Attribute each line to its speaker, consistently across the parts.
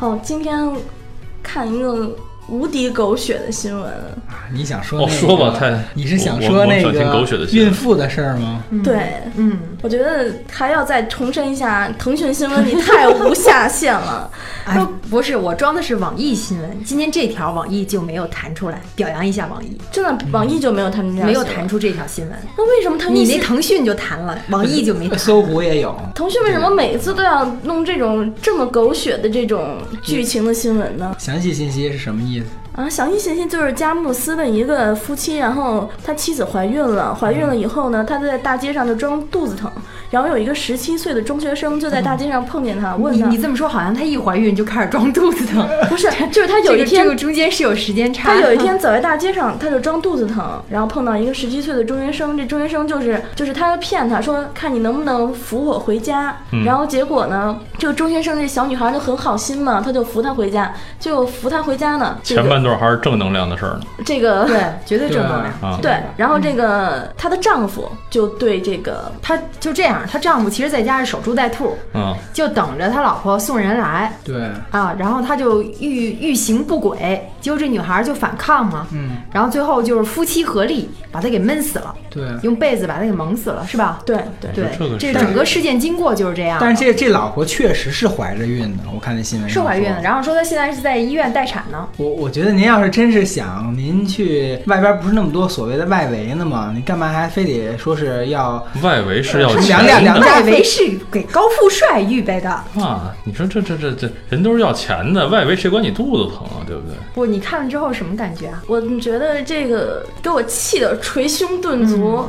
Speaker 1: 哦，今天看一个无敌狗血的新闻，
Speaker 2: 嗯
Speaker 3: 你想说、那
Speaker 4: 哦，
Speaker 3: 个？
Speaker 4: 说吧，太
Speaker 3: 你是想
Speaker 4: 我
Speaker 3: 说
Speaker 4: 我
Speaker 3: 那
Speaker 4: 想听
Speaker 3: 个
Speaker 4: 狗血的新闻
Speaker 3: 孕妇的事儿吗？
Speaker 1: 对
Speaker 2: 嗯，
Speaker 1: 我觉得还要再重申一下，腾讯新闻你太无下限 了。
Speaker 2: 哎，不是，我装的是网易新闻，今天这条网易就没有弹出来，表扬一下网易，
Speaker 1: 真的，网易就没有他们这样，
Speaker 2: 没有弹。出这条新闻。
Speaker 1: 那为什么腾
Speaker 2: 你
Speaker 1: 讯
Speaker 2: 那
Speaker 1: 新
Speaker 2: 腾讯就弹了，网易就 没弹。
Speaker 3: 搜狐也有，
Speaker 1: 腾讯为什么每次都要弄这种这么狗血的这种剧情的新闻
Speaker 2: 嗯
Speaker 1: 呢？
Speaker 3: 详细信息是什么意思？
Speaker 1: 啊，详细信息就是佳木斯的一个夫妻，然后他妻子怀孕了，怀孕了以后呢，他在大街上就装肚子疼，然后有一个十七岁的中学生就在大街上碰见他，问
Speaker 2: 你
Speaker 1: 他
Speaker 2: 你这么说，好像她一怀孕就开始装肚子疼。
Speaker 1: 不是，就是他有
Speaker 2: 这
Speaker 1: 一
Speaker 2: 个
Speaker 1: 天
Speaker 2: 这个中间是有时间差。
Speaker 1: 他有一天走在大街上，他就装肚子疼，然后碰到一个十七岁的中学生，这中学生就是就是他骗他说看你能不能扶我回家，
Speaker 4: 嗯
Speaker 1: 然后结果呢，这个中学生这小女孩就很好心嘛，她就扶他回家，就扶他回家呢，这
Speaker 4: 前
Speaker 1: 个
Speaker 4: 半段还是正能量的事儿呢。
Speaker 1: 这个
Speaker 2: 对，嗯绝对正能量。
Speaker 4: 啊
Speaker 1: 对，然后这个她的丈夫就对这个
Speaker 2: 她就这样，她丈夫其实在家是守株待兔，
Speaker 4: 嗯，
Speaker 2: 就等着他老婆送人来
Speaker 3: 对，
Speaker 2: 啊，然后他就欲欲行不轨，结果这女孩就反抗嘛，
Speaker 3: 嗯，
Speaker 2: 然后最后就是夫妻合力把她给闷死了，
Speaker 3: 对。
Speaker 2: 用被子把她给蒙死了，是吧？
Speaker 1: 对对
Speaker 2: 对
Speaker 4: 这个，
Speaker 2: 这
Speaker 4: 是
Speaker 2: 整个事件经过就是这样。
Speaker 3: 但是这这老婆确实是怀着孕的，我看那新闻
Speaker 2: 是
Speaker 3: 上
Speaker 2: 怀孕
Speaker 4: 嗯
Speaker 3: 说
Speaker 2: 了，然后说她现在是在医院待产呢。
Speaker 3: 我我觉得您要是真是想您去外边不是那么多所谓的外围呢吗？你干嘛还非得说是要
Speaker 4: 外围是要
Speaker 3: 是
Speaker 4: 钱
Speaker 3: 两两两
Speaker 2: 外围是给高富帅预备的，
Speaker 4: 啊！你说这这这这人都是要钱的，外围谁管你肚子疼啊？对不对？
Speaker 2: 不，你看了之后什么感觉啊？
Speaker 1: 我觉得这个给我气的捶胸顿足，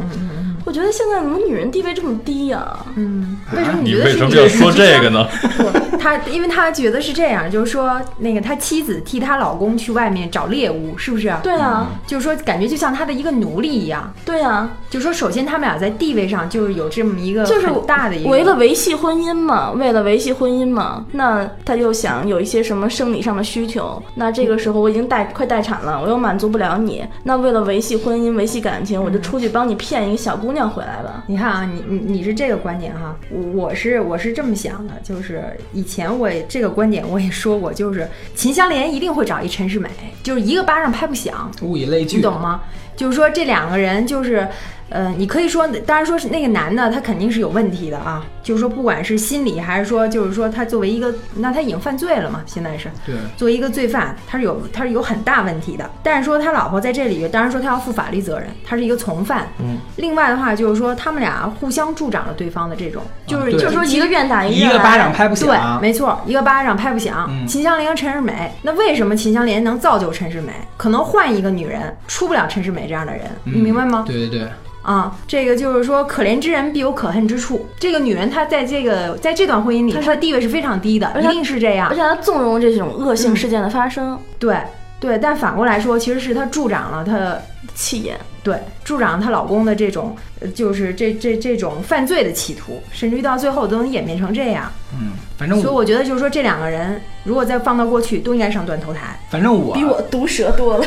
Speaker 1: 我觉得现在怎么女人地位这么低啊呀、
Speaker 2: 嗯，为什么
Speaker 4: 啊你
Speaker 2: 觉得
Speaker 4: 为
Speaker 2: 是
Speaker 4: 什么
Speaker 2: 女
Speaker 4: 要
Speaker 2: 人
Speaker 4: 说
Speaker 2: 之间
Speaker 4: 这个呢？
Speaker 2: 不，他因为他觉得是这样，就是说那个他妻子替他老公去外面找猎物，是不是？，
Speaker 1: 对啊，
Speaker 2: 就是说感觉就像他的一个奴隶一样。
Speaker 1: 对啊，
Speaker 2: 就是说首先他们俩在地位上就是有这么一个
Speaker 1: 就是
Speaker 2: 很大的一个
Speaker 1: 为了维系婚姻嘛，为了维系婚姻嘛，那他又想有一些什么生理上的需求，那这个时候我已经待快待产了，我又满足不了你，那为了维系婚姻、维系感情，我就出去帮你骗一个小姑娘回来吧。
Speaker 2: 你看啊，你你你是这个观点哈，我我是我是这么想的，就是以前我也这个观点我也说过，就是秦香莲一定会找一陈世美，就是一个巴掌拍不响，
Speaker 3: 物以类
Speaker 2: 你
Speaker 3: 聚？
Speaker 2: 懂吗？就是说这两个人就是，呃，你可以说，当然说是那个男的他肯定是有问题的啊，就是说不管是心理还是说，就是说他作为一个，那他已经犯罪了嘛，现在是。
Speaker 3: 对，
Speaker 2: 作为一个罪犯，他是有他是有很大问题的。但是说他老婆在这里边，当然说他要负法律责任，他是一个从犯。嗯。另外的话就是说，他们俩互相助长了对方的这种，就是、
Speaker 3: 对
Speaker 1: 就说一个愿
Speaker 2: 哎
Speaker 1: 打
Speaker 3: 一
Speaker 1: 愿挨，
Speaker 3: 个巴掌拍不
Speaker 2: 对，
Speaker 3: 响。
Speaker 2: 没错，一个巴掌拍不响。
Speaker 3: 嗯
Speaker 2: 秦香莲和陈世美，那为什么秦香莲能造就陈世美？可能换一个女人，出不了陈世美这样的人，你明白吗？
Speaker 3: 嗯对对对，
Speaker 2: 啊，这个就是说，可怜之人必有可恨之处。这个女人她在这个在这段婚姻里，她的地位是非常低的，
Speaker 1: 而
Speaker 2: 一
Speaker 1: 且
Speaker 2: 定是这样
Speaker 1: 而。且他纵容这种恶性事件的发生，
Speaker 2: 对对，但反过来说，其实是她助长了她
Speaker 1: 气焰。
Speaker 2: 对助长她老公的这种，呃就是这这这种犯罪的企图，甚至于到最后都能演变成这样。
Speaker 3: 嗯，反正
Speaker 2: 所以
Speaker 3: 我
Speaker 2: 我觉得就是说，这两个人如果再放到过去，都应该上断头台。
Speaker 3: 反正我
Speaker 1: 比我毒舌多了，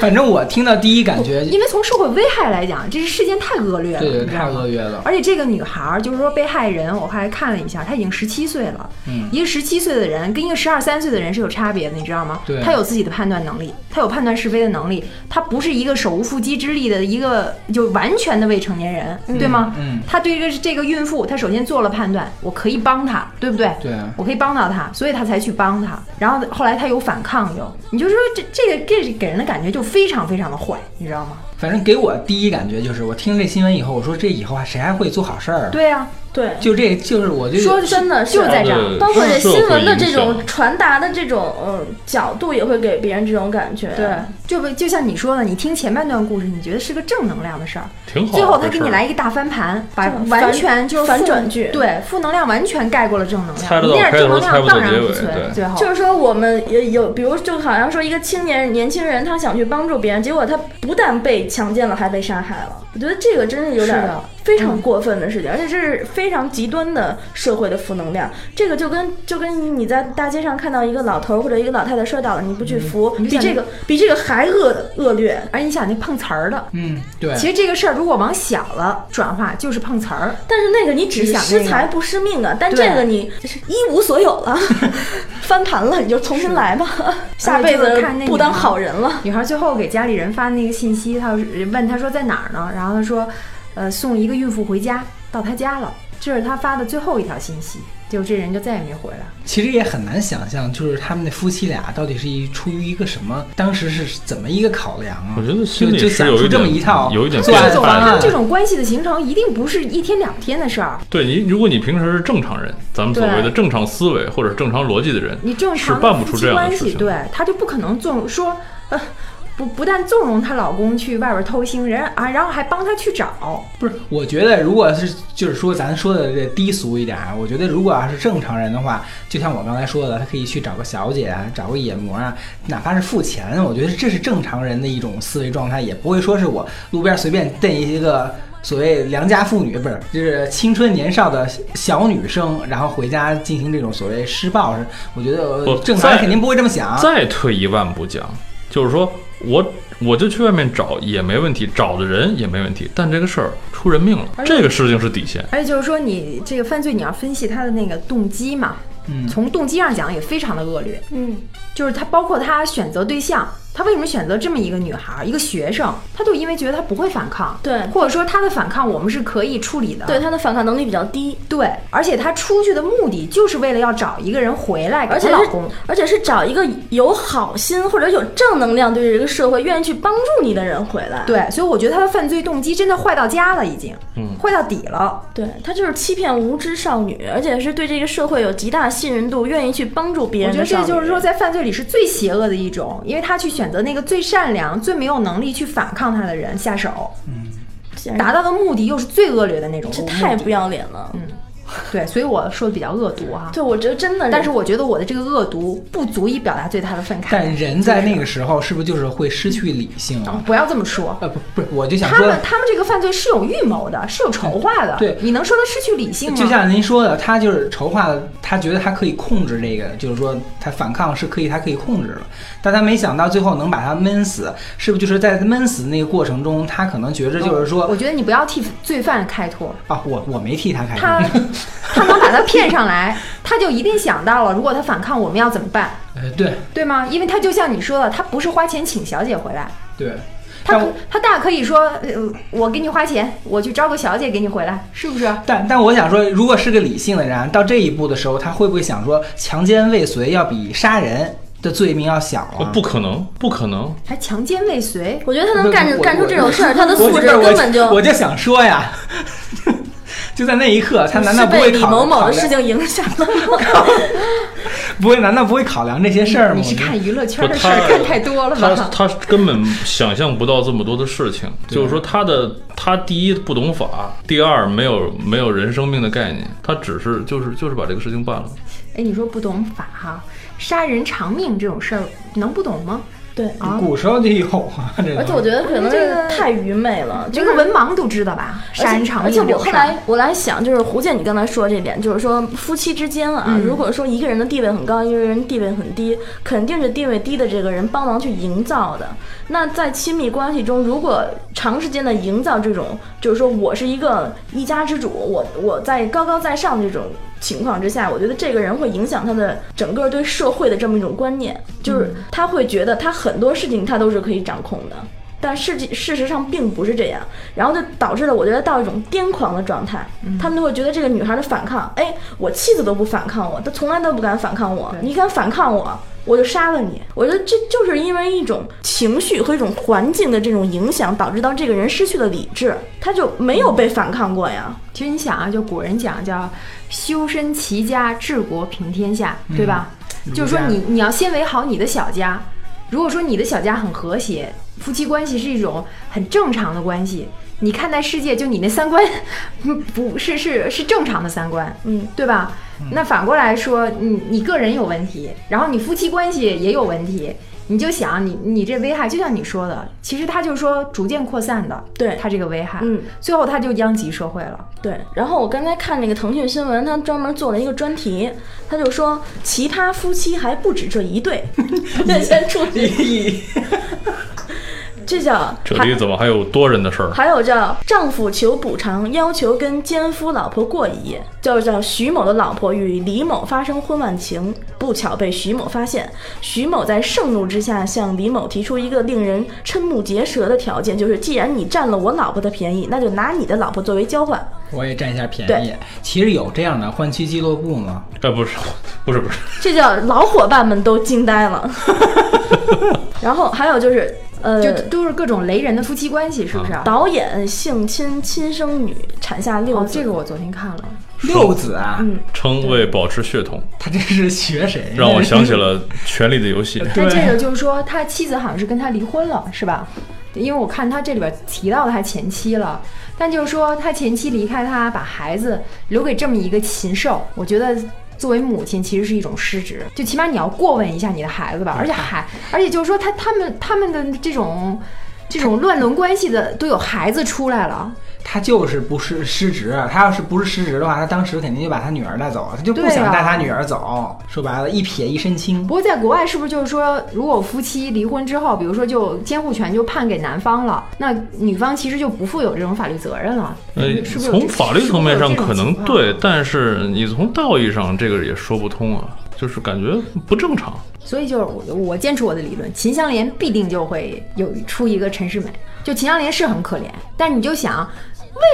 Speaker 3: 反正我听到第一感觉，
Speaker 2: 因为从社会危害来讲，这事件太恶劣了，
Speaker 3: 对对，
Speaker 2: 你知道
Speaker 3: 太
Speaker 2: 吗
Speaker 3: 恶劣了。
Speaker 2: 而且这个女孩儿就是说被害人，我还看了一下，她已经十七岁了。
Speaker 3: 嗯
Speaker 2: 一个十七岁的人跟一个十二三岁的人是有差别的，你知道吗？
Speaker 3: 对
Speaker 2: 她有自己的判断能力，她有判断是非的能力，她不是一个手无缚鸡之力的一个就完全的未成年人，对吗？
Speaker 3: 嗯
Speaker 2: 她对这个这个孕妇，她首先做了判断，我可以帮她，对不对？
Speaker 3: 对
Speaker 2: 我可以帮到她，所以她才去帮她。然后后来她有反抗，有，你就说这这个这给人的感觉就非常非常的坏，你知道吗？
Speaker 3: 反正给我第一感觉就是，我听这新闻以后，我说这以后啊，谁还会做好事儿啊？
Speaker 2: 对呀、
Speaker 1: 对。
Speaker 3: 就这就是我就
Speaker 1: 说真的是
Speaker 2: 就在这儿
Speaker 4: 对
Speaker 1: 包括这新闻的这
Speaker 4: 社会影
Speaker 1: 种
Speaker 4: 响
Speaker 1: 传达的这种嗯角度，也会给别人这种感觉。
Speaker 2: 对，就不就像你说的，你听前半段故事，你觉得是个正能量的事儿，
Speaker 4: 挺好的事儿。
Speaker 2: 最后他给你来一个大翻盘，把
Speaker 1: 这种
Speaker 2: 完
Speaker 1: 反
Speaker 2: 全就是
Speaker 1: 反
Speaker 2: 负
Speaker 1: 转剧
Speaker 2: 对，负能量完全盖过了正能量，
Speaker 4: 猜得
Speaker 2: 你
Speaker 4: 到
Speaker 2: 那点
Speaker 4: 开
Speaker 2: 正
Speaker 4: 头
Speaker 2: 能
Speaker 4: 猜
Speaker 2: 量
Speaker 4: 不到
Speaker 2: 荡然
Speaker 4: 结
Speaker 2: 不
Speaker 4: 尾
Speaker 2: 存，
Speaker 4: 对
Speaker 2: 最后
Speaker 1: 就是说，我们也有，比如就好像说一个青年年轻人，他想去帮助别人，结果他不但被强奸了还被杀害了。我觉得这个真是有
Speaker 2: 是
Speaker 1: 点
Speaker 2: 的
Speaker 1: 非常过分的事情，而且这是非常极端的社会的负能量。这个就跟就跟你在大街上看到一个老头儿或者一个老太太摔倒了，你不去扶，
Speaker 2: 嗯你
Speaker 1: 比
Speaker 2: 想
Speaker 1: 这个比这个还恶恶劣。
Speaker 2: 而哎你想那碰瓷儿的，
Speaker 3: 嗯，
Speaker 1: 哎
Speaker 3: 对，
Speaker 2: 其实这个事儿如果往小了转化，就是碰瓷儿。
Speaker 1: 但是那个你只
Speaker 2: 你
Speaker 1: 是
Speaker 2: 想
Speaker 1: 失
Speaker 2: 那个
Speaker 1: 财不失命啊，但
Speaker 2: 对
Speaker 1: 这个你就是一无所有 了，翻盘了，你就重新来吧，下辈
Speaker 2: 而且就
Speaker 1: 子
Speaker 2: 是看那
Speaker 1: 不
Speaker 2: 女
Speaker 1: 当
Speaker 2: 孩
Speaker 1: 好人了。
Speaker 2: 女孩最后给家里人发那个信息，她问她说在哪儿呢？然后她说，呃，送一个孕妇回家，到她家了。这是她发的最后一条信息，结果这人就再也没回来。
Speaker 3: 其实也很难想象，就是他们那夫妻俩到底是一出于一个什么，当时是怎么一个考量啊？
Speaker 4: 我觉得
Speaker 3: 就
Speaker 4: 心里
Speaker 3: 就是想
Speaker 4: 有
Speaker 3: 出
Speaker 4: 一
Speaker 3: 这么
Speaker 4: 点
Speaker 3: 一套
Speaker 4: 有一点
Speaker 3: 作案
Speaker 2: 这种
Speaker 3: 方案
Speaker 4: 办，
Speaker 2: 这种关系的形成一定不是一天两天的事儿，
Speaker 4: 对你，如果你平时是正常人，咱们所谓的
Speaker 2: 对
Speaker 4: 正常思维或者正常逻辑的人，
Speaker 2: 你正常
Speaker 4: 是办不
Speaker 2: 的
Speaker 4: 出这
Speaker 2: 夫妻
Speaker 4: 样的
Speaker 2: 关
Speaker 4: 事
Speaker 2: 系，
Speaker 4: 情
Speaker 2: 对，她就不可能纵说，呃，不不但纵容她老公去外边偷腥人啊，然后还帮她去找，
Speaker 3: 不是，我觉得如果是就是说咱说的这低俗一点啊，我觉得如果要是正常人的话，就像我刚才说的，他可以去找个小姐啊，找个野模啊，哪怕是付钱，我觉得这是正常人的一种思维状态，也不会说是我路边随便逮一个。所谓良家妇女不是，就是青春年少的小女生，然后回家进行这种所谓施暴，是我觉
Speaker 4: 不
Speaker 3: 得正常
Speaker 4: 在
Speaker 3: 人肯定不会这么想。
Speaker 4: 再退一万步讲，就是说我我就去外面找也没问题，找的人也没问题，但这个事儿出人命了，
Speaker 3: 哎
Speaker 2: 而且
Speaker 4: 这个事情是底线。
Speaker 2: 而且哎就是说你这个犯罪你要分析她的那个动机嘛，
Speaker 3: 嗯，
Speaker 2: 从动机上讲也非常的恶劣，
Speaker 1: 嗯，
Speaker 2: 就是他包括他选择对象，他为什么选择这么一个女孩儿，一个学生？他就因为觉得他不会反抗，
Speaker 1: 对
Speaker 2: 或者说他的反抗我们是可以处理的，
Speaker 1: 对，他的反抗能力比较低，
Speaker 2: 对，而且他出去的目的就是为了要找一个人回来给
Speaker 1: 而且
Speaker 2: 她
Speaker 1: 是
Speaker 2: 哎老公。
Speaker 1: 而且是找一个有好心或者有正能量对这个社会愿意去帮助你的人回来。
Speaker 2: 对，所以我觉得他的犯罪动机真的坏到家了，已经，
Speaker 4: 嗯
Speaker 2: 坏到底了。
Speaker 1: 对，他就是欺骗无知少女，而且是对这个社会有极大信任度，愿意去帮助别
Speaker 2: 我
Speaker 1: 人
Speaker 2: 觉得
Speaker 1: 的
Speaker 2: 这
Speaker 1: 少女。
Speaker 2: 就是说，在犯罪里是最邪恶的一种，因为他去选择那个最善良、最没有能力去反抗他的人下手，
Speaker 3: 嗯
Speaker 1: 这
Speaker 2: 达到的目的又是最恶劣的那种
Speaker 1: 这
Speaker 2: 目的。
Speaker 1: 太不要脸了。
Speaker 2: 对，所以我说的比较恶毒哈、
Speaker 1: 嗯对，我觉得真的，
Speaker 2: 但是我觉得我的这个恶毒不足以表达对他的愤慨。
Speaker 3: 但人在那个时候是不是就是会失去理性啊？
Speaker 2: 嗯不要这么说，
Speaker 3: 呃，不不是，我就想
Speaker 2: 他
Speaker 3: 说，
Speaker 2: 们他们这个犯罪是有预谋的，是有筹划的。
Speaker 3: 对
Speaker 2: 你能说他失去理性吗？
Speaker 3: 就像您说的，他就是筹划的，他觉得他可以控制这个，就是说他反抗是可以，他可以控制了，但他没想到最后能把他闷死，是不是就是在闷死那个过程中，他可能觉着就是说
Speaker 2: 我觉得你不要替罪犯开脱，
Speaker 3: 啊，我我没替他开
Speaker 2: 他
Speaker 3: 心，
Speaker 2: 他能把他骗上来，他就一定想到了，如果他反抗，我们要怎么办，
Speaker 3: 呃，对
Speaker 2: 对吗？因为他就像你说的，他不是花钱请小姐回来，
Speaker 3: 对，
Speaker 2: 他
Speaker 3: 但
Speaker 2: 可他大可以说，呃，我给你花钱，我去招个小姐给你回来，是不是？
Speaker 3: 但但我想说，如果是个理性的人啊，到这一步的时候，他会不会想说，强奸未遂要比杀人的罪名要小
Speaker 4: 我
Speaker 3: 啊？
Speaker 4: 不可能，不可能，
Speaker 2: 还强奸未遂，
Speaker 1: 我觉得他能干
Speaker 3: 不
Speaker 1: 着
Speaker 3: 是我
Speaker 1: 干出
Speaker 3: 我
Speaker 1: 这种事儿，他的
Speaker 3: 我
Speaker 1: 素质
Speaker 3: 不是
Speaker 1: 根本就
Speaker 3: 我我就想说呀， 就在那一刻，他难道
Speaker 1: 是
Speaker 3: 不
Speaker 1: 被
Speaker 3: 会
Speaker 1: 李
Speaker 3: 考
Speaker 1: 某某
Speaker 3: 考
Speaker 1: 的
Speaker 3: 量
Speaker 1: 事情影响了
Speaker 3: 不会？难道不会考量这些事儿吗？
Speaker 2: 你是
Speaker 3: 我觉得
Speaker 2: 看娱乐圈的
Speaker 4: 不
Speaker 2: 事儿
Speaker 4: 他
Speaker 2: 看太多了
Speaker 4: 他
Speaker 2: 吧？
Speaker 4: 他根本想象不到这么多的事情。就是说，他的他第一不懂法，第二没有没有人生命的概念，他只是就是就是把这个事情办了。
Speaker 2: 哎，你说不懂法哈，杀人偿命这种事儿能不懂吗？
Speaker 1: 对，
Speaker 2: 啊，
Speaker 3: 古时候就有啊，这
Speaker 1: 而且
Speaker 3: 个
Speaker 1: 我觉得可能
Speaker 2: 这
Speaker 1: 是
Speaker 2: 个
Speaker 1: 太愚昧了，就
Speaker 2: 这
Speaker 1: 是
Speaker 2: 个文盲都知道吧？杀人偿
Speaker 1: 而
Speaker 2: 命
Speaker 1: 且
Speaker 2: 这
Speaker 1: 我
Speaker 2: 种
Speaker 1: 后
Speaker 2: 事儿
Speaker 1: 来。我来想，就是胡姐你刚才说这点，就是说夫妻之间啊，如果说一个人的地位很高，一个人地位很低，肯定是地位低的这个人帮忙去营造的。那在亲密关系中，如果长时间的营造这种，就是说我是一个一家之主，我我在高高在上这种。情况之下，我觉得这个人会影响他的整个对社会的这么一种观念，就是他会觉得他很多事情他都是可以掌控的。但事际事实上并不是这样，然后就导致了我觉得到一种癫狂的状态，他们就会觉得这个女孩的反抗，哎，我妻子都不反抗我，她从来都不敢反抗我，你敢反抗我，我就杀了你。我觉得这就是因为一种情绪和一种环境的这种影响，导致到这个人失去了理智，他就没有被反抗过呀。
Speaker 2: 其实你想啊，就古人讲叫“修身齐家治国平天下”，
Speaker 1: 嗯
Speaker 2: 对吧？就是说
Speaker 3: 儒家
Speaker 2: 你你要先维好你的小家。如果说你的小家很和谐，夫妻关系是一种很正常的关系，你看待世界就你那三观不是是是正常的三观，
Speaker 1: 嗯，
Speaker 2: 对吧？那反过来说，你你个人有问题，然后你夫妻关系也有问题，你就想你你这危害，就像你说的，其实它就是说逐渐扩散的，
Speaker 1: 对
Speaker 2: 它这个危害，
Speaker 1: 嗯，
Speaker 2: 最后它就殃及社会了。
Speaker 1: 对，然后我刚才看那个腾讯新闻，他专门做了一个专题，他就说奇葩夫妻还不止这一 对，那先出去，这叫
Speaker 4: 这
Speaker 1: 还
Speaker 4: 里怎么还有多人的事儿？
Speaker 1: 还有叫丈夫求补偿，要求跟奸夫老婆过一夜，就是叫徐某的老婆与李某发生婚外情，不巧被徐某发现，徐某在盛怒之下向李某提出一个令人瞠目结舌的条件，就是既然你占了我老婆的便宜，那就拿你的老婆作为交换。
Speaker 3: 我也占一下便宜
Speaker 1: 对。
Speaker 3: 其实有这样的换妻俱乐部吗？
Speaker 4: 哎，不是，不是，不是，
Speaker 1: 这叫老伙伴们都惊呆了。然后还有就是，呃，啊
Speaker 2: 就都是各种雷人的夫妻关系，是不是？
Speaker 1: 导演性侵亲生女，产下六
Speaker 2: 哦，
Speaker 1: 子。
Speaker 2: 这个我昨天看了，
Speaker 3: 六子啊，
Speaker 4: 称谓保持血统，
Speaker 3: 他这是学谁？
Speaker 4: 让我想起了《权力的游 戏》。
Speaker 2: 但
Speaker 3: 对
Speaker 2: 这个就是说他妻子好像是跟他离婚了，是吧？因为我看他这里边提到他前妻了，但就是说他前妻离开他，把孩子留给这么一个禽兽，我觉得。作为母亲，其实是一种失职，就起码你要过问一下你的孩子吧，而且还，而且就是说他他们他们的这种这种乱伦关系的都有孩子出来了，
Speaker 3: 他就是不是失职，他要是不是失职的话，他当时肯定就把他女儿带走了，他就不
Speaker 2: 对啊
Speaker 3: 想带他女儿走。说白了，一撇一身轻
Speaker 2: 不。过在国外是不是就是说，如果夫妻离婚之后，比如说就监护权就判给男方了，那女方其实就不负有这种法律责任了？
Speaker 4: 呃，
Speaker 2: 是不是有这
Speaker 4: 从法律层面上可能
Speaker 2: 是不是有这
Speaker 4: 对
Speaker 2: 种情，况
Speaker 4: 但是你从道义上这个也说不通啊，就是感觉不正常。
Speaker 2: 所以就是我我坚持我的理论，秦香莲必定就会有出一个陈世美。就秦香莲是很可怜，但你就想，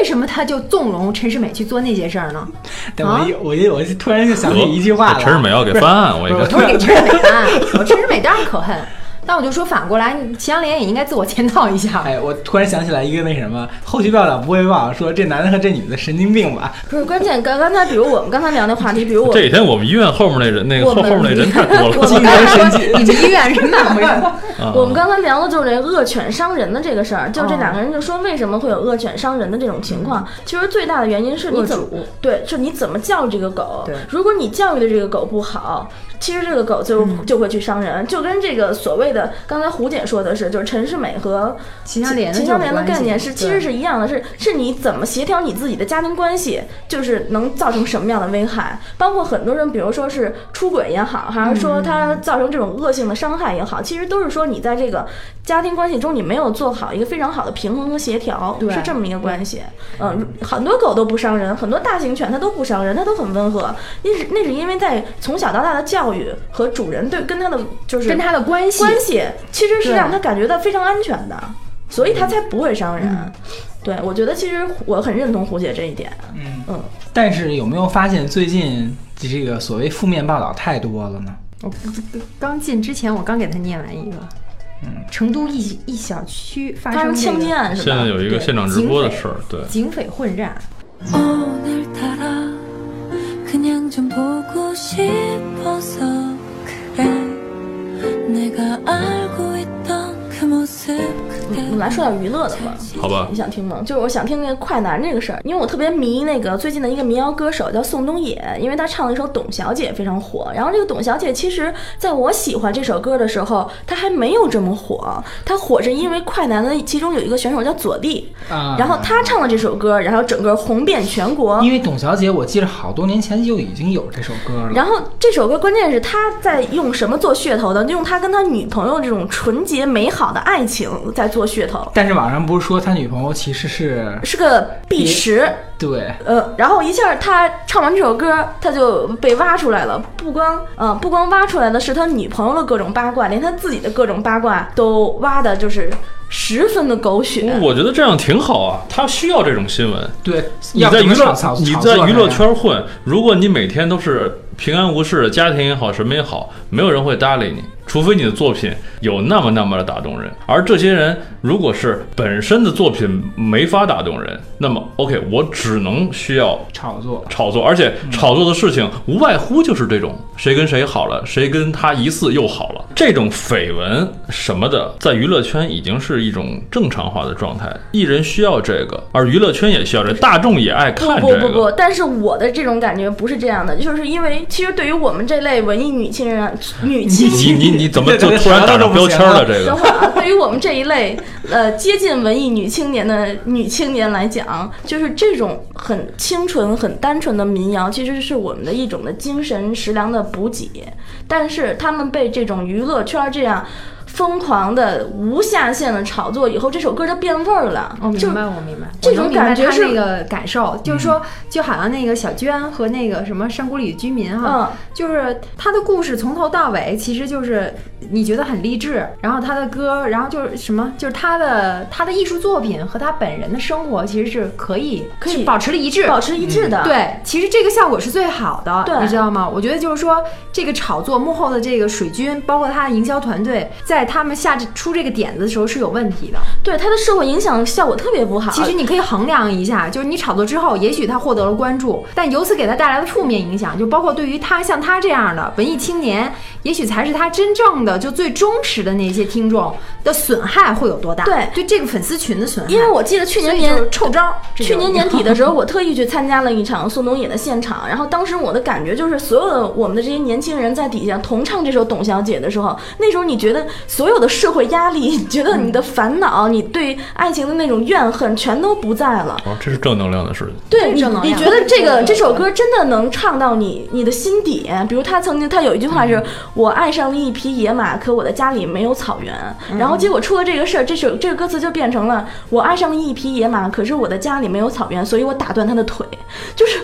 Speaker 2: 为什么她就纵容陈世美去做那些事 儿呢？
Speaker 3: 但我一我一我突然就想起一句话
Speaker 4: 我
Speaker 3: 了，
Speaker 4: 陈世美要给翻案，我一
Speaker 3: 不是
Speaker 4: 看
Speaker 2: 不是给陈世美办案，我陈世美当然可恨，但我就说反过来，秦香莲也应该自我检讨一下。
Speaker 3: 哎，我突然想起来一个那什么，后续报道不会报说这男的和这女的神经病吧？
Speaker 1: 不是关键，刚刚才比如我们刚才聊那话题，比如我
Speaker 4: 这几天我们医院后面那人，那个
Speaker 1: 我
Speaker 4: 后
Speaker 1: 们
Speaker 4: 后面那人太 多
Speaker 1: 我 们
Speaker 4: 了
Speaker 3: 精神神经。
Speaker 2: 你们医院人满 为患。
Speaker 4: 啊。
Speaker 1: 我们刚才聊的就是这恶犬伤人的这个事儿，就这两个人就说为什么会有恶犬伤人的这种情况，其实最大的原因是你怎么
Speaker 2: 嗯恶主
Speaker 1: 对，是你怎么教育这个狗。
Speaker 2: 对
Speaker 1: 如果你教育的这个狗不好，其实这个狗就
Speaker 2: 嗯
Speaker 1: 就会去伤人，就跟这个所谓的刚才胡姐说的是，就是陈世美和
Speaker 2: 秦香莲的
Speaker 1: 秦
Speaker 2: 这
Speaker 1: 香
Speaker 2: 种
Speaker 1: 莲的
Speaker 2: 关系
Speaker 1: 概念是其
Speaker 2: 对
Speaker 1: 实是一样的，是是你怎么协调你自己的家庭关系，就是能造成什么样的危害，包括很多人，比如说是出轨也好，还是
Speaker 2: 嗯
Speaker 1: 说他造成这种恶性的伤害也好，其实都是说你在这个家庭关系中你没有做好一个非常好的平衡和协调，
Speaker 2: 对
Speaker 1: 是这么一个关系。嗯，很多狗都不伤人，很多大型犬它都不伤人，它都很温和，那是那是因为在从小到大的教育和主人对跟它的就是
Speaker 2: 跟他的关系，
Speaker 1: 关系其实是
Speaker 2: 对
Speaker 1: 让他感觉到非常安全的，所以他才不会伤人。对，我觉得其实我很认同胡姐这一点。
Speaker 3: 嗯
Speaker 1: 嗯，
Speaker 3: 但是有没有发现最近这个所谓负面报道太多了呢？
Speaker 2: 我刚进之前，我刚给他念完一个，成都一一小区发
Speaker 1: 嗯发生
Speaker 2: 生这
Speaker 1: 枪
Speaker 2: 个
Speaker 1: 击案是
Speaker 4: 现
Speaker 1: 吧
Speaker 4: 在？有一个
Speaker 2: 对
Speaker 4: 现场直播的事儿，对，
Speaker 2: 警匪混战，
Speaker 5: 오늘따라 그냥 좀 보고 싶어서 그래 내가 알고 있던 그 모습
Speaker 1: 我们
Speaker 5: 그대로
Speaker 1: 来说点娱乐的吧。
Speaker 4: 好吧
Speaker 1: 你。想听吗？就是我想听那个快男这个事儿，因为我特别迷那个最近的一个民谣歌手叫宋冬野，因为他唱了一首《董小姐》非常火。然后这个《董小姐》其实在我喜欢这首歌的时候，她还没有这么火，她火是因为快男的其中有一个选手叫左立，
Speaker 3: 啊，
Speaker 1: 然后他唱了这首歌，然后整个红遍全国。
Speaker 3: 因为董小姐，我记得好多年前就已经有这首歌了。
Speaker 1: 然后这首歌关键是他在用什么做噱头的？用他跟他女朋友这种纯洁美好的爱情在做噱头，
Speaker 3: 但是网上不是说他女朋友其实是
Speaker 1: 是个碧池。
Speaker 3: 对
Speaker 1: 呃，然后一下他唱完这首歌，他就被挖出来了。不光呃，不光挖出来的是他女朋友的各种八卦，连他自己的各种八卦都挖的，就是十分的狗血。
Speaker 4: 我觉得这样挺好啊，他需要这种新闻。
Speaker 3: 对，
Speaker 4: 你
Speaker 3: 要不
Speaker 4: 在
Speaker 3: 怎
Speaker 4: 娱
Speaker 3: 么
Speaker 4: 乐
Speaker 3: 炒炒
Speaker 4: 你
Speaker 3: 炒
Speaker 4: 在
Speaker 3: 作
Speaker 4: 娱
Speaker 3: 呢
Speaker 4: 乐圈混，如果你每天都是平安无事，家庭也好，什么也好，没有人会搭理你，除非你的作品有那么那么的打动人。而这些人如果是本身的作品没法打动人，那么 OK，我只能需要
Speaker 3: 炒作，
Speaker 4: 炒作，而且炒作的事情无外乎就是这种谁跟谁好了，谁跟他疑似又好了，这种绯闻什么的，在娱乐圈已经是一种正常化的状态，艺人需要这个，而娱乐圈也需要这个，大众也爱看
Speaker 1: 不
Speaker 4: 这
Speaker 1: 不不不，
Speaker 4: 个。
Speaker 1: 但是我的这种感觉不是这样的，就是因为其实对于我们这类文艺女青人啊、女青
Speaker 4: 你你你怎么
Speaker 3: 这
Speaker 4: 就
Speaker 3: 这
Speaker 4: 突然
Speaker 3: 啥
Speaker 4: 打
Speaker 3: 都
Speaker 4: 上
Speaker 3: 不
Speaker 4: 标
Speaker 3: 行
Speaker 4: 签了？
Speaker 3: 了
Speaker 4: 这个
Speaker 1: 的话，啊对于我们这一类呃接近文艺女青年的女青年来讲，就是这种很清纯、很单纯的民谣，其实是我们的一种的精神食粮的补给。但是他们被这种娱乐圈这样。疯狂的无下限的炒作以后，这首歌就变味儿了。
Speaker 2: 我
Speaker 1: 就
Speaker 2: 哦明白，我明白，
Speaker 1: 这种感觉
Speaker 2: 我能
Speaker 1: 是嗯
Speaker 2: 明白他那个感受，就是说，就好像那个小娟和那个什么山谷里的居
Speaker 1: 嗯
Speaker 2: 民哈，就是她的故事从头到尾，其实就是你觉得很励志，然后她的歌，然后就是什么，就是她的她的艺术作品和她本人的生活其实是可以
Speaker 1: 可以
Speaker 2: 是保持了一致，
Speaker 1: 保持一致的。
Speaker 2: 嗯对，其实这个效果是最好的，
Speaker 1: 对
Speaker 2: 你知道吗？我觉得就是说，这个炒作幕后的这个水军，包括他的营销团队，在他们下这出这个点子的时候是有问题的。
Speaker 1: 对，它的社会影响效果特别不好。
Speaker 2: 其实你可以衡量一下，就是你炒作之后，也许他获得了关注，但由此给他带来的负面影响，就包括对于他像他这样的文艺青年，也许才是他真正的就最忠实的那些听众的损害会有多大？
Speaker 1: 对
Speaker 2: 对这个粉丝群的损害，
Speaker 1: 因为我记得去年
Speaker 2: 所以就是
Speaker 1: 年
Speaker 2: 臭招儿，这
Speaker 1: 去
Speaker 2: 就
Speaker 1: 年 年底的时候，我特意去参加了一场宋冬野的现场，然后当时我的感觉就是，所有的我们的这些年轻人在底下同唱这首《董小姐》的时候，那时候你觉得所有的社会压力， 你觉得你的烦恼，你对爱情的那种怨恨全都不在了。
Speaker 4: 哦，这是正能量的事情。
Speaker 1: 对
Speaker 2: 这
Speaker 1: 你
Speaker 2: 正能，
Speaker 1: 你
Speaker 2: 量
Speaker 1: 觉得这个这首歌真的能唱到你你的心底？比如他曾经他有一句话是“我爱上了一匹野马，可我的家里没有草原”，然后结果出了这个事儿，这首这个歌词就变成了“我爱上了一匹野马，可是我的家里没有草原，所以我打断他的腿”，就是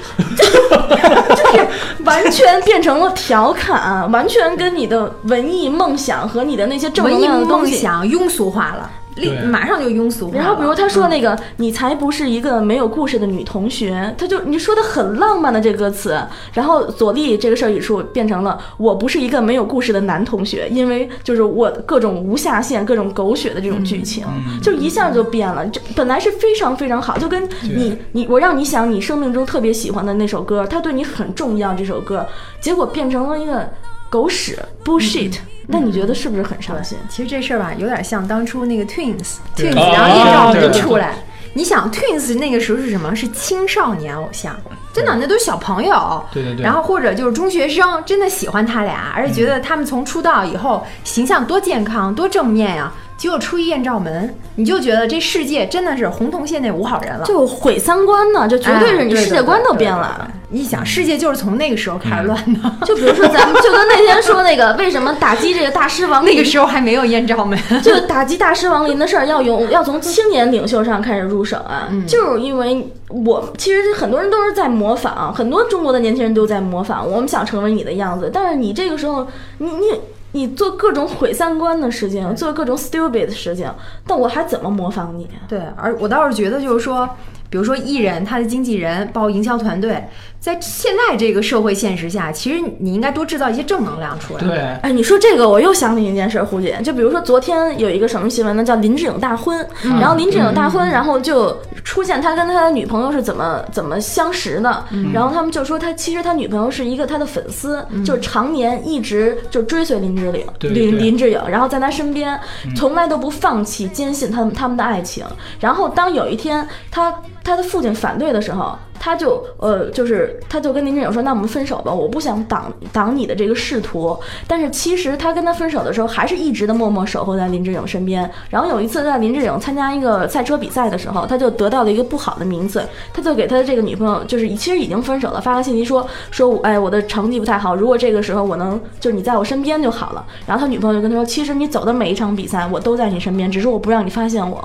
Speaker 1: 就是完全变成了调侃，完全跟你的文艺梦想和你的那些正
Speaker 2: 文
Speaker 1: 能
Speaker 2: 艺
Speaker 1: 量的东
Speaker 2: 梦
Speaker 1: 西
Speaker 2: 想庸俗化了，立
Speaker 3: 对
Speaker 2: 马上就庸俗化了。
Speaker 1: 然后比如他说那个“你才不是一个没有故事的女同学”，他就你说的很浪漫的这歌词，然后左立这个事儿语数变成了“我不是一个没有故事的男同学”，因为就是我各种无下限、各种狗血的这种剧情，就一下就变了。这本来是非常非常好，就跟你你我让你想你生命中特别喜欢的那首歌，它对你很重要，这首歌结果变成了一个狗屎 bullshit，那你觉得是不是很伤心？
Speaker 2: 其实这事儿吧，有点像当初那个 Twins，Twins，
Speaker 3: 对
Speaker 2: 然后
Speaker 4: 哦
Speaker 2: 艳照
Speaker 3: 对
Speaker 2: 门
Speaker 3: 对
Speaker 2: 出来。你想 Twins 那个时候是什么？是青少年偶像，真的那都是小朋友。
Speaker 3: 对对对嗯
Speaker 2: 然后或者就是中学生，真的喜欢他俩，而且觉得他们从出道以后形象多健康、多正面呀、结果出一艳照门，你就觉得这世界真的是红铜线内无好人了。
Speaker 1: 就毁三观呢，就绝哎对是你世界观都变了。
Speaker 2: 哎。对对对对对你想，世界就是从那个时候开始乱的，
Speaker 1: 就比如说，咱们就跟那天说那个，为什么打击这个大师王
Speaker 2: 那
Speaker 1: 林，
Speaker 2: 个时候还没有艳照 门。
Speaker 1: 就打击大师王林的事儿，要用要从青年领袖上开始入手啊， 就是因为我其实很多人都是在模仿，很多中国的年轻人都在模仿，我们想成为你的样子，但是你这个时候，你你。你做各种毁三观的事情，做各种 stupid 的事情，但我还怎么模仿你啊？
Speaker 2: 对，而我倒是觉得就是说，比如说艺人他的经纪人，包括营销团队，在现在这个社会现实下，其实你应该多制造一些正能量出来。
Speaker 3: 对，
Speaker 1: 哎，你说这个，我又想起一件事儿，胡姐，就比如说昨天有一个什么新闻呢，叫林志颖大婚，然后林志颖大婚，然后就出现他跟他的女朋友是怎么怎么相识的，
Speaker 3: 嗯
Speaker 1: 然后他们就说他其实他女朋友是一个他的粉丝，就是常年一直就追随林志玲，
Speaker 3: 对
Speaker 1: 林
Speaker 3: 对嗯
Speaker 1: 林志颖，然后在他身边，从来都不放弃，坚信他们他们的爱情。然后当有一天他他的父亲反对的时候，他就呃，就是他就跟林志颖说：“那我们分手吧，我不想挡挡你的这个仕途。”但是其实他跟他分手的时候，还是一直的默默守候在林志颖身边。然后有一次在林志颖参加一个赛车比赛的时候，他就得到了一个不好的名次，他就给他的这个女朋友，就是其实已经分手了，发个信息说说我哎我的成绩不太好，如果这个时候我能就是你在我身边就好了。然后他女朋友就跟他说：“其实你走的每一场比赛，我都在你身边，只是我不让你发现我。”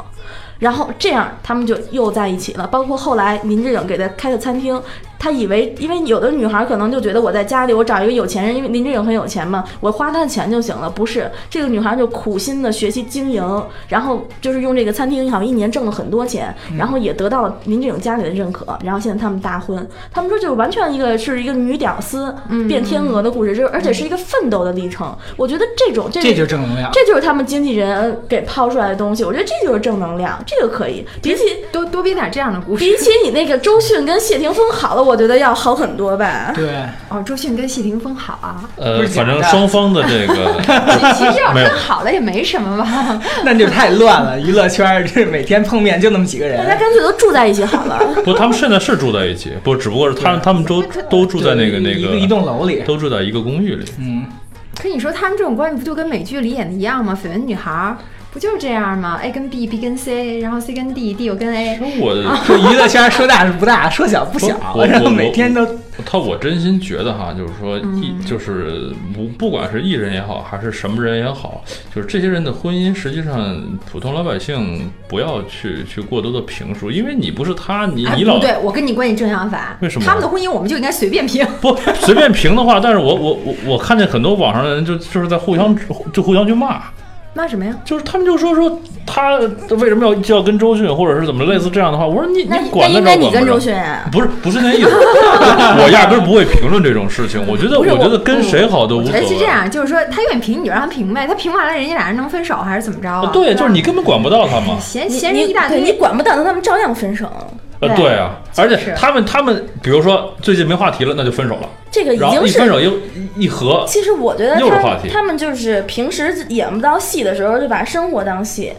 Speaker 1: 然后这样他们就又在一起了。包括后来林志颖给他开的餐厅，他以为，因为有的女孩可能就觉得我在家里我找一个有钱人，因为林志颖很有钱嘛，我花他的钱就行了。不是，这个女孩就苦心的学习经营，然后就是用这个餐厅好像一年挣了很多钱，
Speaker 3: 嗯
Speaker 1: 然后也得到了林志颖家里的认可。然后现在他们大婚，他们说就是完全一个是一个女屌丝
Speaker 3: 嗯
Speaker 1: 变天鹅的故事，就是而且是一个奋斗的历程。我觉得这种这
Speaker 3: 这
Speaker 1: 种
Speaker 3: 就是正能
Speaker 4: 啊
Speaker 3: 量。
Speaker 1: 这就是他们经纪人给抛出来的东西，我觉得这就是正能量，这个可以。比起
Speaker 2: 多多编点这样的故事。
Speaker 1: 比起你那个周迅跟谢霆锋好了，我觉得要好很多吧。
Speaker 3: 对，
Speaker 2: 哦，周迅跟谢霆锋好 啊，
Speaker 4: 呃
Speaker 3: 不，是假
Speaker 4: 反正
Speaker 3: 的
Speaker 4: 双方的这个
Speaker 2: 其实要
Speaker 4: 没有
Speaker 2: 更好的也没什么吧。
Speaker 3: 那就太乱了，娱乐圈儿这每天碰面就那么几个
Speaker 1: 大家
Speaker 3: 人。
Speaker 1: 干脆都住在一起好了。
Speaker 4: 不，他们现在是住在一起，不，只不过是他他们都都住在那个那
Speaker 3: 一一
Speaker 4: 个，
Speaker 3: 栋楼里，
Speaker 4: 都住在一个公寓里。
Speaker 3: 嗯，
Speaker 2: 可你说他们这种关系不就跟美剧里演的一样吗？绯闻女孩儿不就是这样吗？A 跟 B，B 跟 C，然后 C 跟 D，D 又跟 A。
Speaker 4: 我
Speaker 3: 这娱乐圈儿说大是不大，说小不小
Speaker 4: 我，我
Speaker 3: 然后
Speaker 4: 我
Speaker 3: 每天都
Speaker 4: 他我真心觉得哈，就是说
Speaker 1: 嗯
Speaker 4: 艺就是不不管是艺人也好，还是什么人也好，就是这些人的婚姻，实际上普通老百姓不要去去过多的评述，因为你不是他，你
Speaker 2: 哎
Speaker 4: 你
Speaker 1: 啊
Speaker 4: 老
Speaker 2: 不对，我跟你观点正相反。
Speaker 4: 为什么
Speaker 2: 他们的婚姻我们就应该随便评。
Speaker 4: 不随便评的话，但是我我我我看见很多网上的人就就是在互相就互相去骂，
Speaker 2: 骂什么呀？
Speaker 4: 就是他们就说说他为什么要就要跟周迅，或者是怎么类似这样的话，我说你
Speaker 1: 那
Speaker 4: 你
Speaker 1: 那
Speaker 4: 管得
Speaker 1: 应
Speaker 4: 着
Speaker 1: 该
Speaker 4: 管
Speaker 1: 你跟
Speaker 4: 不
Speaker 1: 周
Speaker 4: 着。
Speaker 1: 迅啊，
Speaker 4: 不是不是那意思，我压根儿不会评论这种事情。我觉得
Speaker 1: 不是
Speaker 4: 觉得
Speaker 1: 我
Speaker 4: 跟谁好都无
Speaker 2: 我
Speaker 4: 所
Speaker 2: 觉
Speaker 4: 谓
Speaker 2: 得。哎是这样，就是说他愿意评你就让他评呗，他评完了人家俩人能分手还是怎么着啊
Speaker 4: 啊？对，就是你根本管不到他嘛。
Speaker 2: 闲
Speaker 1: 你
Speaker 2: 闲
Speaker 1: 你
Speaker 2: 人一大
Speaker 1: 对你
Speaker 2: 堆。
Speaker 1: 管不到，那他们照样分手。
Speaker 4: 呃，
Speaker 2: 对
Speaker 4: 对啊，而
Speaker 2: 是
Speaker 4: 且他们他们，比如说最近没话题了，那就分手了，
Speaker 1: 这个已
Speaker 4: 然后
Speaker 1: 经
Speaker 4: 一分
Speaker 1: 是。
Speaker 4: 手又一一和，
Speaker 1: 其实我觉得
Speaker 4: 又是
Speaker 1: 他
Speaker 4: 话题
Speaker 1: 他们就是平时演不到戏的时候，就把生活当戏，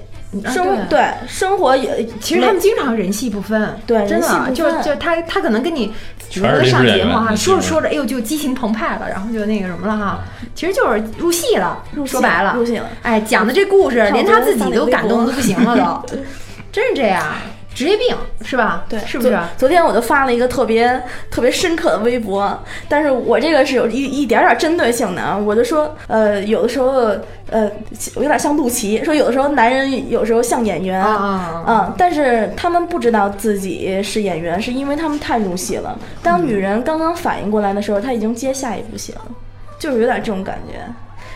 Speaker 2: 啊
Speaker 1: 生
Speaker 2: 对
Speaker 1: 对生活也
Speaker 2: 其实他们经常人戏不分，
Speaker 1: 对
Speaker 2: 真
Speaker 1: 人戏不
Speaker 2: 的
Speaker 1: 分
Speaker 2: 就是就是他他可能跟你，比如
Speaker 4: 全是
Speaker 2: 说
Speaker 4: 临时
Speaker 2: 上
Speaker 4: 演
Speaker 2: 节目
Speaker 4: 员
Speaker 2: 哈，
Speaker 4: 临时演
Speaker 2: 说着
Speaker 4: 员
Speaker 2: 说着，哎呦就激情澎湃了，然后就那个什么了哈，
Speaker 4: 嗯
Speaker 2: 其实就是入戏了，
Speaker 1: 入戏
Speaker 2: 说白了
Speaker 1: 入戏了。
Speaker 2: 哎，讲的这故事
Speaker 1: 差不多
Speaker 2: 连他自己都感
Speaker 1: 发点微
Speaker 2: 动
Speaker 1: 博
Speaker 2: 的不行 了都，真是这样，职业病是吧？
Speaker 1: 对，
Speaker 2: 是不是啊
Speaker 1: 昨？昨天我就发了一个特别特别深刻的微博，但是我这个是有一一点点针对性的啊，我就说，呃，有的时候，呃，我有点像陆琪，说有的时候男人有时候像演员
Speaker 2: 啊啊啊！
Speaker 1: 嗯，但是他们不知道自己是演员，是因为他们太入戏了。当女人刚刚反应过来的时候，她已经接下一部戏了，就是有点这种感觉。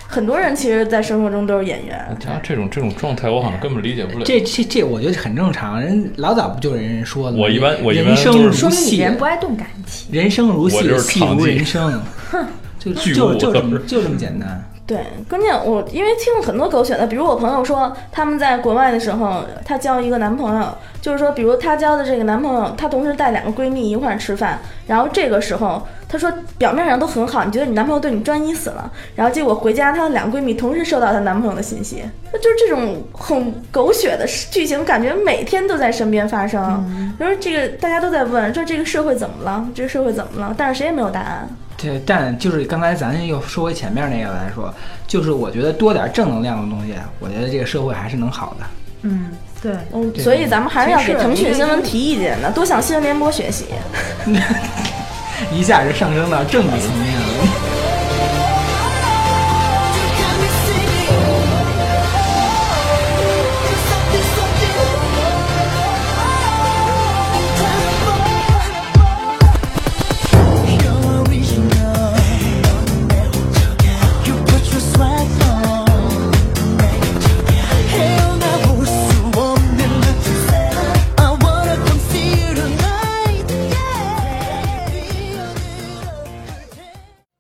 Speaker 1: 很多人其实，在生活中都是演员，
Speaker 4: 他哎这种这种状态，我好像根本理解不了。
Speaker 3: 这这这，我觉得很正常。人老早不就人人说的吗？
Speaker 4: 我一般我一般
Speaker 3: 人生
Speaker 4: 就是
Speaker 3: 如
Speaker 2: 说明
Speaker 3: 戏
Speaker 2: 你，人不爱动感情。
Speaker 3: 人生如
Speaker 4: 我
Speaker 3: 戏，
Speaker 4: 就是
Speaker 3: 戏
Speaker 4: 长
Speaker 3: 如
Speaker 4: 计
Speaker 3: 人生， 就
Speaker 4: 巨
Speaker 3: 就
Speaker 4: 物
Speaker 3: 就
Speaker 4: 都
Speaker 3: 这么
Speaker 4: 是
Speaker 3: 就这么简单。
Speaker 1: 对，关键我因为听了很多狗血的，比如我朋友说，他们在国外的时候，她交一个男朋友，就是说，比如她交的这个男朋友，她同时带两个闺蜜一块儿吃饭，然后这个时候她说表面上都很好，你觉得你男朋友对你专一死了，然后结果回家她的两个闺蜜同时收到她男朋友的信息，那就是这种很狗血的剧情，感觉每天都在身边发生。就是这个大家都在问，说这个社会怎么了？这个社会怎么了？但是谁也没有答案。
Speaker 3: 对，但就是刚才咱又说回前面那个来说，就是我觉得多点正能量的东西，我觉得这个社会还是能好的。
Speaker 2: 嗯，对，
Speaker 1: 嗯，
Speaker 3: 对
Speaker 1: 所以咱们还是要
Speaker 2: 真
Speaker 1: 给
Speaker 2: 是
Speaker 1: 腾讯
Speaker 2: 一个
Speaker 1: 新闻提意见的，多向新闻联播学习。
Speaker 3: 一下就上升到政治层面了。